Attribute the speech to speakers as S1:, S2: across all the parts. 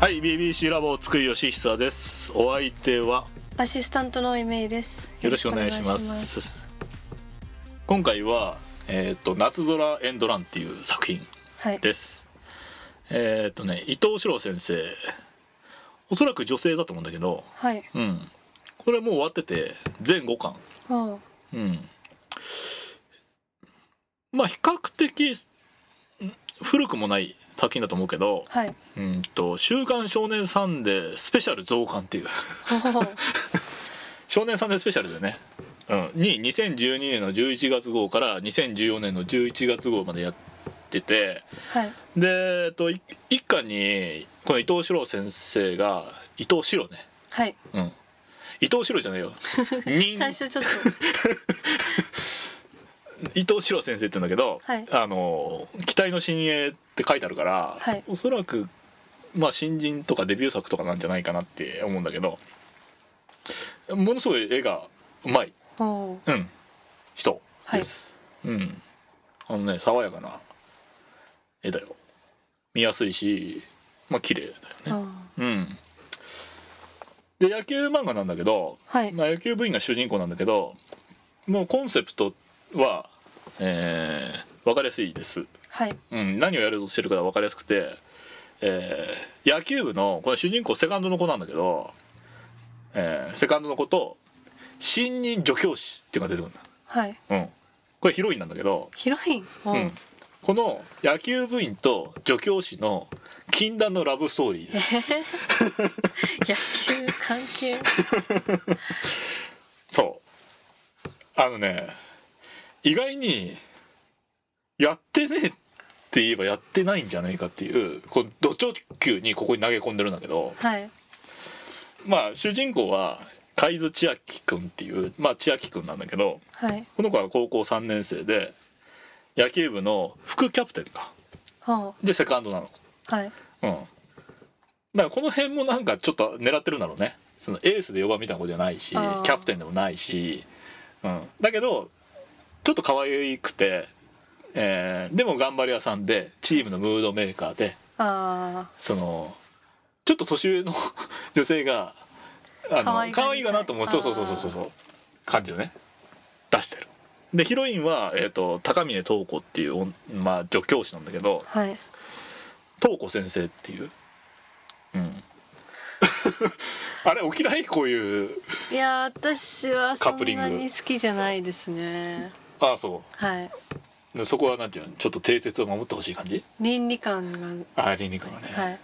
S1: はい BBC ラボ津久井義久ですお相手は
S2: アシスタントのイメイです。
S1: よろしくお願いします今回はえっ、と夏空エンドランっていう作品
S2: はい。
S1: ですえっ、とね伊藤四郎先生おそらく女性だと思うんだけど
S2: はい。
S1: うんこれもう終わってて全5巻
S2: うん。
S1: うんまあ比較的ん古くもない作品だと思うけど、
S2: はい。
S1: うんと「週刊少年サンデースペシャル増刊」っていう
S2: ほほほ
S1: 少年サンデースペシャルでね、うん、に2012年の11月号から2014年の11月号までやってて
S2: はい。
S1: で、えっと、い一巻にこの伊藤四郎先生が伊藤四郎ね、
S2: はい。
S1: うん、伊藤四郎じゃないよ人
S2: 最初ちょっと。
S1: 伊藤四郎先生って言うんだけど、
S2: はい
S1: あの「期待の新鋭」って書いてあるから、
S2: はい
S1: おそらく、まあ、新人とかデビュー作とかなんじゃないかなって思うんだけどものすごい絵がうまい、
S2: お
S1: うん、人です、うん、あのね爽やかな絵だよ見やすいしまあ綺麗だよね。
S2: ー
S1: う
S2: あ
S1: ん、で野球漫画なんだけど
S2: ーはい。
S1: まあ、野球部員が主人公なんだけどもうコンセプトは、えー分かりやすいです、
S2: はい。
S1: うん、何をやろうとしてるかが分かりやすくて、えー野球部のこれ主人公セカンドの子なんだけど、えーセカンドの子と新任助教師っていうのが出てくるん
S2: はい。
S1: だ、うん、これヒロインなんだけど、
S2: ヒロイン。お
S1: う
S2: ー
S1: ん、この野球部員と助教師の禁断のラブストーリーです
S2: 野球関係。
S1: そうあのね意外にやってねえって言えばやってないんじゃないかっていうこうド直球にここに投げ込んでるんだけど
S2: はい。
S1: まあ主人公は海津千秋君っていうまあ千秋君なんだけど
S2: はい。
S1: この子は高校3年生で野球部の副キャプテンか
S2: おー
S1: でセカンドなの
S2: はい。
S1: うんだからこの辺もなんかちょっと狙ってるんだろうねそのエースで4番みたいな子じゃないしキ
S2: あー
S1: ャプテンでもないし、うん、だけどちょっと可愛くて、えーでも頑張り屋さんでチームのムードメーカーで
S2: あ
S1: そのちょっと年上の 女性があ
S2: 可愛
S1: の
S2: がりたい
S1: 可愛いかなと思うそうそうそうそうそうそう感じをね出してる。でヒロインは、えー、と高峰東子っていう女、まあ、助教師なんだけど
S2: あ。はい。
S1: 東子先生っていう、うん、 あれお嫌いこういう
S2: いやー、私は
S1: カ
S2: そ
S1: ップリ
S2: ん
S1: ング
S2: なに好きじゃないですね。
S1: ああそ
S2: はい。
S1: うでそこはなんていうのちょっと定説を守ってほしい感じ
S2: 倫理観
S1: ああ倫理観はね、
S2: が。はい。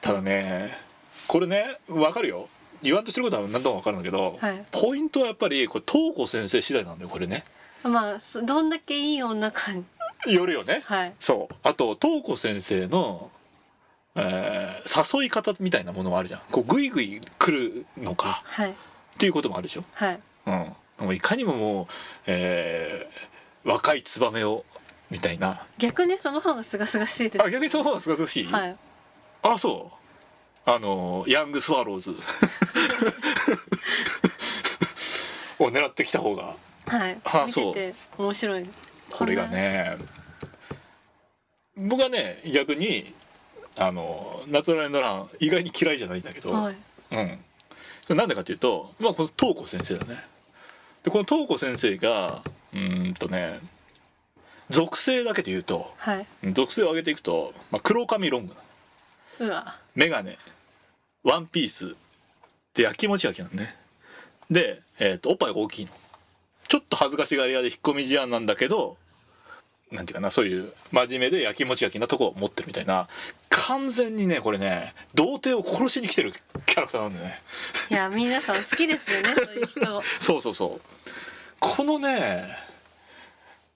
S1: ただねこれねわかるよ言わんとしてることは何ともわかるんだけど、
S2: はい
S1: ポイントはやっぱりこれ東子先生次第なんだよこれね
S2: まあ、そどんだけいい女かに。
S1: よるよね
S2: はい。
S1: そうあと東子先生の、えー誘い方みたいなものもあるじゃんこうグイグイ来るのか
S2: はい。
S1: っていうこともあるでしょ
S2: はい。
S1: うん、でもいかにももう、えー若いツバメをみたいな
S2: 逆にその方が清々しいです
S1: あ。逆にその方がすがすがしい、
S2: はい。
S1: あそうあのヤングスワロー ズを狙ってきた方が
S2: はい
S1: あ。
S2: 見
S1: そ
S2: て
S1: う
S2: て面白い。
S1: これがね僕はね逆にあの夏のランドラン意外に嫌いじゃないんだけど、
S2: はい。
S1: うん、それなんでかというと、まあ、この東子先生だねでこの東子先生がうーんとね属性だけで言うと
S2: はい。
S1: 属性を上げていくと、まあ、黒髪ロング
S2: うわ。
S1: メガネワンピースでやきもちやきなのねで、えー、とおっぱいが大きいのちょっと恥ずかしがり屋で引っ込み思案なんだけどなんていうかなそういう真面目でやきもちやきなとこを持ってるみたいな完全にねこれね童貞を殺しに来てるキャラクターなんだよね
S2: いや、皆さん好きです よね、そういう人。
S1: そうそうそうこのね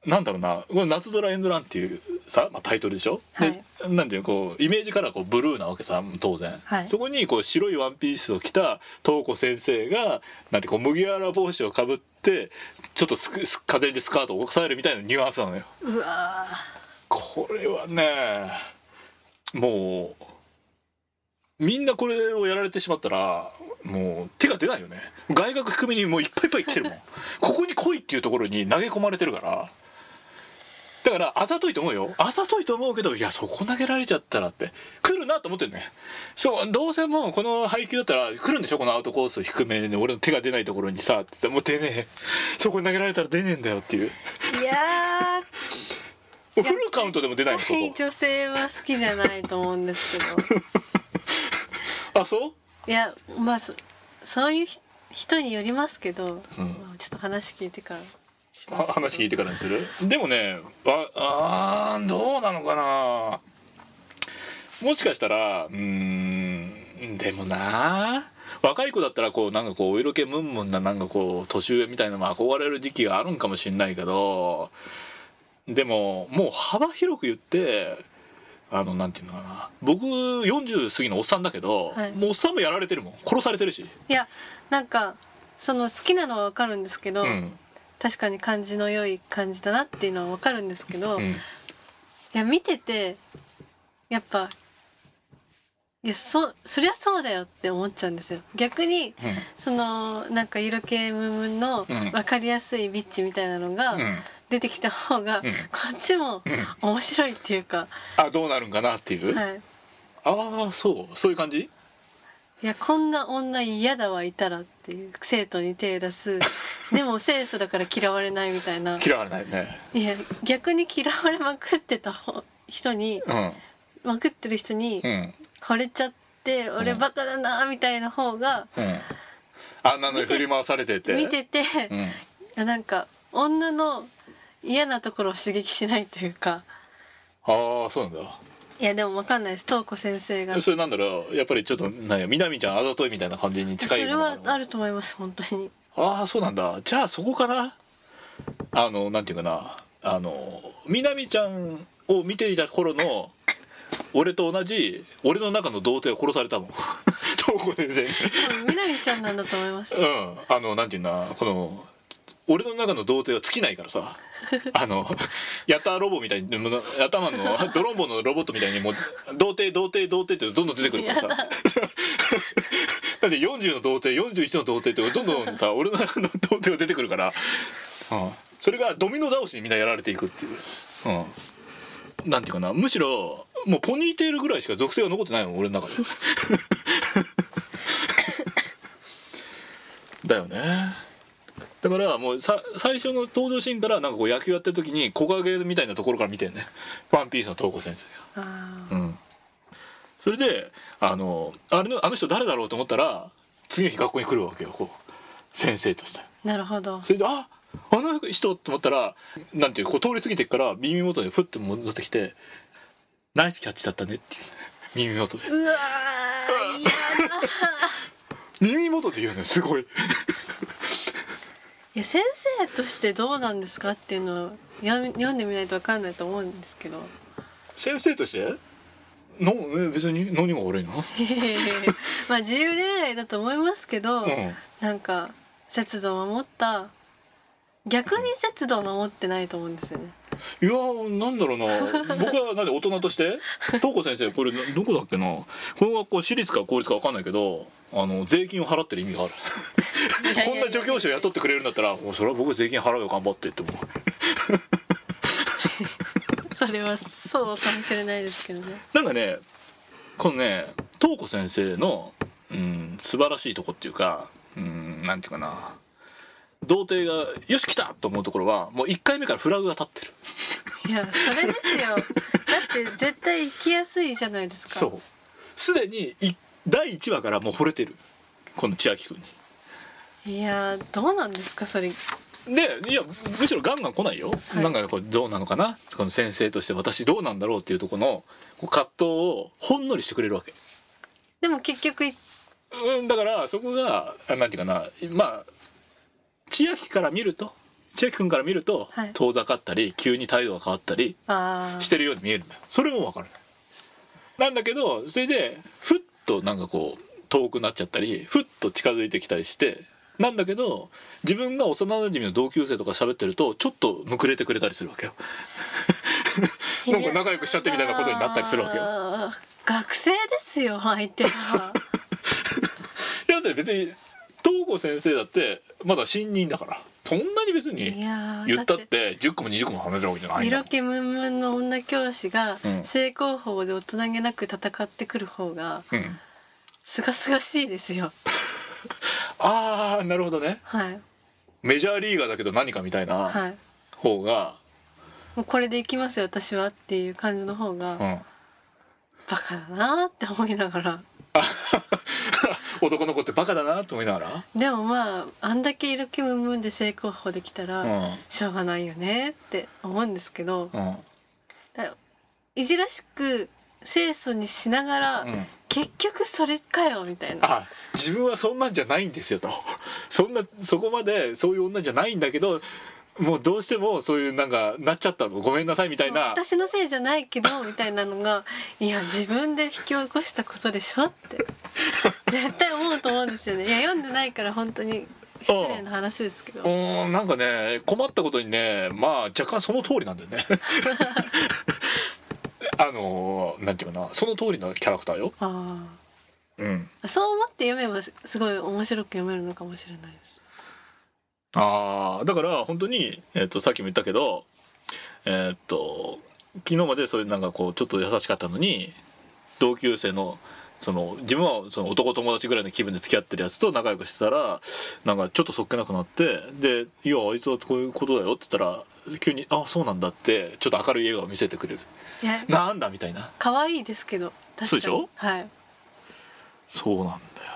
S1: なんだろうなこれ「夏空エンドラン」っていうさ、まあ、タイトルでしょ、
S2: はい
S1: でなんていうのこうイメージからこうブルーなわけさ当然、
S2: はい
S1: そこにこう白いワンピースを着た東子先生がなんてこう麦わら帽子をかぶってちょっとすくす風でスカートを押さえるみたいなニュアンスなのよ
S2: うわ。
S1: これはねもうみんなこれをやられてしまったらもう手が出ないよね外角低め にもういっぱいいっぱい来てるもんここに来いっていうところに投げ込まれてるからだからあざといと思うよあざといと思うけどいやそこ投げられちゃったらって来るなと思ってるねそうどうせもうこの配球だったら来るんでしょこのアウトコース低めで俺の手が出ないところにさって言ったらもう出ねえそこに投げられたら出ねえんだよっていう
S2: いや
S1: もうフルカウントでも出ないのそ
S2: ー
S1: こ
S2: 女性は好きじゃないと思うんですけど
S1: あそう
S2: いやまあそそういうひ人によりますけど、
S1: うん
S2: まあちょっと話聞いてからしま
S1: は
S2: す
S1: 話聞いて
S2: か
S1: からにするでもねああーどうなのかなもしかしたらうーんでもな若い子だったらこうなんかこうお色気ムンムンななんかこう年上みたいなのも憧れる時期があるんかもしんないけどでももう幅広く言ってあのなんていうのかな僕40過ぎのおっさんだけど、
S2: はい
S1: もうおっさんもやられてるもん殺されてるし、
S2: いやなんかその好きなのはわかるんですけど、
S1: うん
S2: 確かに感じの良い感じだなっていうのはわかるんですけど、
S1: う
S2: い
S1: ん、
S2: や見ててやっぱいやそそりゃそうだよって思っちゃうんですよ逆にそのなんか色気ムンムンの
S1: うん
S2: 分かりやすいビッチみたいなの
S1: うんう
S2: が
S1: ん
S2: 出てきた方が、
S1: うん
S2: こっちも面白いっていうか、
S1: あどうなるんかなっていう、
S2: はい、
S1: ああそうそういう感じ
S2: いやこんな女嫌だわいたらっていう生徒に手出 すでも生徒だから嫌われないみたいな
S1: 嫌われないね
S2: いや逆に嫌われまくってた方人に
S1: うん
S2: まくってる人に
S1: うん
S2: 惚れちゃって俺バカだなみたいな方が
S1: うんあんなのに振り回されてて
S2: 見てて、
S1: うん、い
S2: なんか女の嫌なところを刺激しないというか
S1: ああそうなん
S2: いやでもわかんないです東子先生が
S1: だそれなんだろうやっぱりちょっとなんや南ちゃんあざといみたいな感じに
S2: そ
S1: 近い
S2: れ
S1: もの
S2: は
S1: が
S2: あ
S1: ある
S2: ると思います本当に
S1: あーそうなんだじゃあそこかなあのなんていうかなあの南ちゃんを見ていた頃の俺と同じ俺の中の 童貞を殺されたもん東郷先生に
S2: 多分みなみちゃんなんだと思います
S1: うんあのなんていうんだこの俺の中の童貞は尽きないからさあのやったロボみたいにもう頭のドロンボのロボットみたいにもう童貞童貞童貞ってどんどん出てくるからさ だって40の童貞41の童貞ってどんどんさ俺の中の童貞が出てくるから、うん、それがドミノ倒しにみんなやられていくっていう、うん、なんていうかなむしろもうポニーテールぐらいしか属性が残ってないもん俺の中で。だよねだからもうさ最初の登場シーンからなんかこう野球やってる時に木陰みたいなところから見てんね「ワンピースの東子先生
S2: あ
S1: が、 うん、それであのあれのあの人誰だろうと思ったら次の日学校に来るわけよこう先生として
S2: ーなるほど
S1: それで「ああの人」と思ったらなんていうこう通り過ぎてっから耳元でふって戻ってきて「ナイスキャッチだったね」っていう耳元で
S2: うわーいや
S1: 耳元で言うのよすごい
S2: いや先生としてどうなんですかっていうのを読み読んでみないと分かんないと思うんで すけど
S1: 先生としてのえ別に何が悪いの
S2: まあ自由恋愛だと思いますけど、
S1: うん
S2: なんか節度を守った逆に節度を守ってないと思うんですよね
S1: いやーなんだろうな 僕はなんで大人として東子先生これなどこだっけなこの学校私立か公立か分かんないけどあの税金を払ってる意味がある こんな助教師を雇ってくれるんだったらもうそれは僕税金払うよ頑張ってって思う
S2: それはそうかもしれないですけどね
S1: なんかねこのね東子先生の、うん、素晴らしいとこっていうか、うん、なんていうかな童貞が「よし来た!」と思うところはもう1回目からフラグが立ってる
S2: いやそれですよだって絶対行きやすいじゃないですか
S1: そうすでにい第1話からもう惚れてるこの千秋君に。
S2: いやどうなんですかそれ
S1: でいやむしろガンガン来ないよ、
S2: い
S1: なんかこれどうなのかなこの先生として私どうなんだろうっていうとこのこう葛藤をほんのりしてくれるわけ、
S2: でも結局い
S1: うん、だからそこがあなんていうかなまあ千秋から見ると千秋君から見ると、
S2: はい
S1: 遠ざかったり急に態度が変わったり
S2: ああ
S1: してるように見えるんだよそれも分かるなんだけどそれでふっとなんかこう遠くなっちゃったりふっと近づいてきたりしてなんだけど自分が幼馴染の同級生とか喋ってるとちょっとむくれてくれたりするわけよなんか仲良くしちゃってみたいなことになったりするわけよ
S2: よ 学生ですよ相手は
S1: いやだって別に東郷先生だってまだ新任だからそんなに別
S2: い
S1: に
S2: やー
S1: 言ったっ
S2: だって
S1: て10個も20個も離れるわけじゃないんだ
S2: 色気ムンムンの女教師が
S1: うん
S2: 正攻法で大人げなく戦ってくる方が
S1: うん、
S2: すがすがしいですよ
S1: ああなるほどね
S2: はい
S1: メジャーリーガーだけど何かみたいな
S2: はい
S1: 方が、
S2: もうこれでいきますよ私はっていう感じの方が、
S1: うん、
S2: バカだなーって思いながら
S1: 男の子ってバカだなと思いなが
S2: でもまああんだけ色気ムンムンで正攻法できたら、
S1: ら、
S2: しょうがないよねって思うんですけど
S1: うんうん
S2: だいじらしく清楚にしながら、
S1: うん、
S2: 結局それかよみたいな
S1: あ自分はそんなんじゃないんですよとそんなそこまでそういう女じゃないんだけどもうどうしてもそういうなんかなっちゃったのごめんなさいみたいな
S2: そう私のせいじゃないけどみたいなの がいや自分で引き起こしたことでしょって絶対思うと思うんですよねいや読んでないから本当に失礼な話ですけど
S1: うーんなんかね困ったことにねまあ若干その通りなんだよねあのなんていうかなその通りのキャラクターよ、
S2: あ
S1: うん、
S2: あそう思って読めばすすごい面白く読めるのかもしれないです
S1: あーだから本当にえっ、とさっきも言ったけどえっ、と昨日までそういうなんかこうちょっと優しかったのに同級生のその自分はその男友達ぐらいの気分で付き合ってるやつと仲良くしてたらなんかちょっとそっけなくなってで「いやあいつはこういうことだよ」って言ったら急に「あそうなんだ」ってちょっと明るい笑顔を見せてくれる
S2: いや
S1: なんだみたいな
S2: 可愛いですけど確かに
S1: そうでしょ
S2: はい
S1: そうなんだよ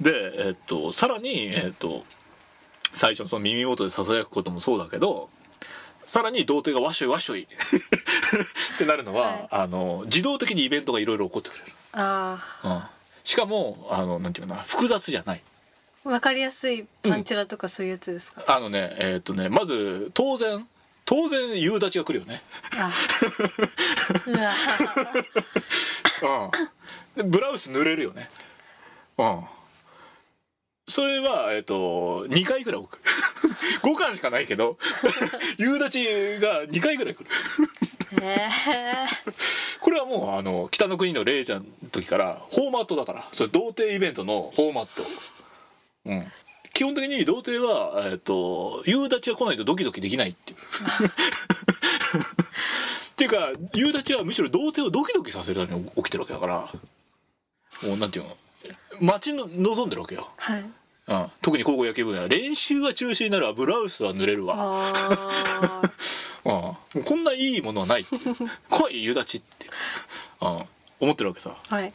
S1: でえっとさらにえっと最初のその耳元でささやくこともそうだけどさらに童貞がわしょいわしょい ってなるのは、
S2: はい
S1: あの自動的にイベントがいろいろ起こってくれる、
S2: あ
S1: うん、しかもあのなんていうかな複雑じゃない
S2: あわかりやすいパンチラとかそういうやつですか、
S1: あのねえっとねまず当然当然夕立ちが来るよね
S2: ああうわ
S1: うんブラウス濡れるよねうんそれはえっ、と2回ぐらい置く5 巻しかないけど 夕立が2回ぐらい来る
S2: ーえ
S1: これはもうあの北の国のレイちゃんの時からフォーマットだからそれ童貞イベントのフォーマットうん基本的に童貞は、えっと夕立が来ないとドキドキできないっていうっていうか夕立はむしろ童貞をドキドキさせるために起きてるわけだからもうなんていうの待ちの望んでるわけよ、
S2: はい
S1: うん、特に高校野球部は練習は中止になるわブラウスは濡れるわ
S2: あ
S1: う
S2: あ
S1: ん、もうこんないいものはないっていう来い夕立って、うん、思ってるわけさ
S2: はい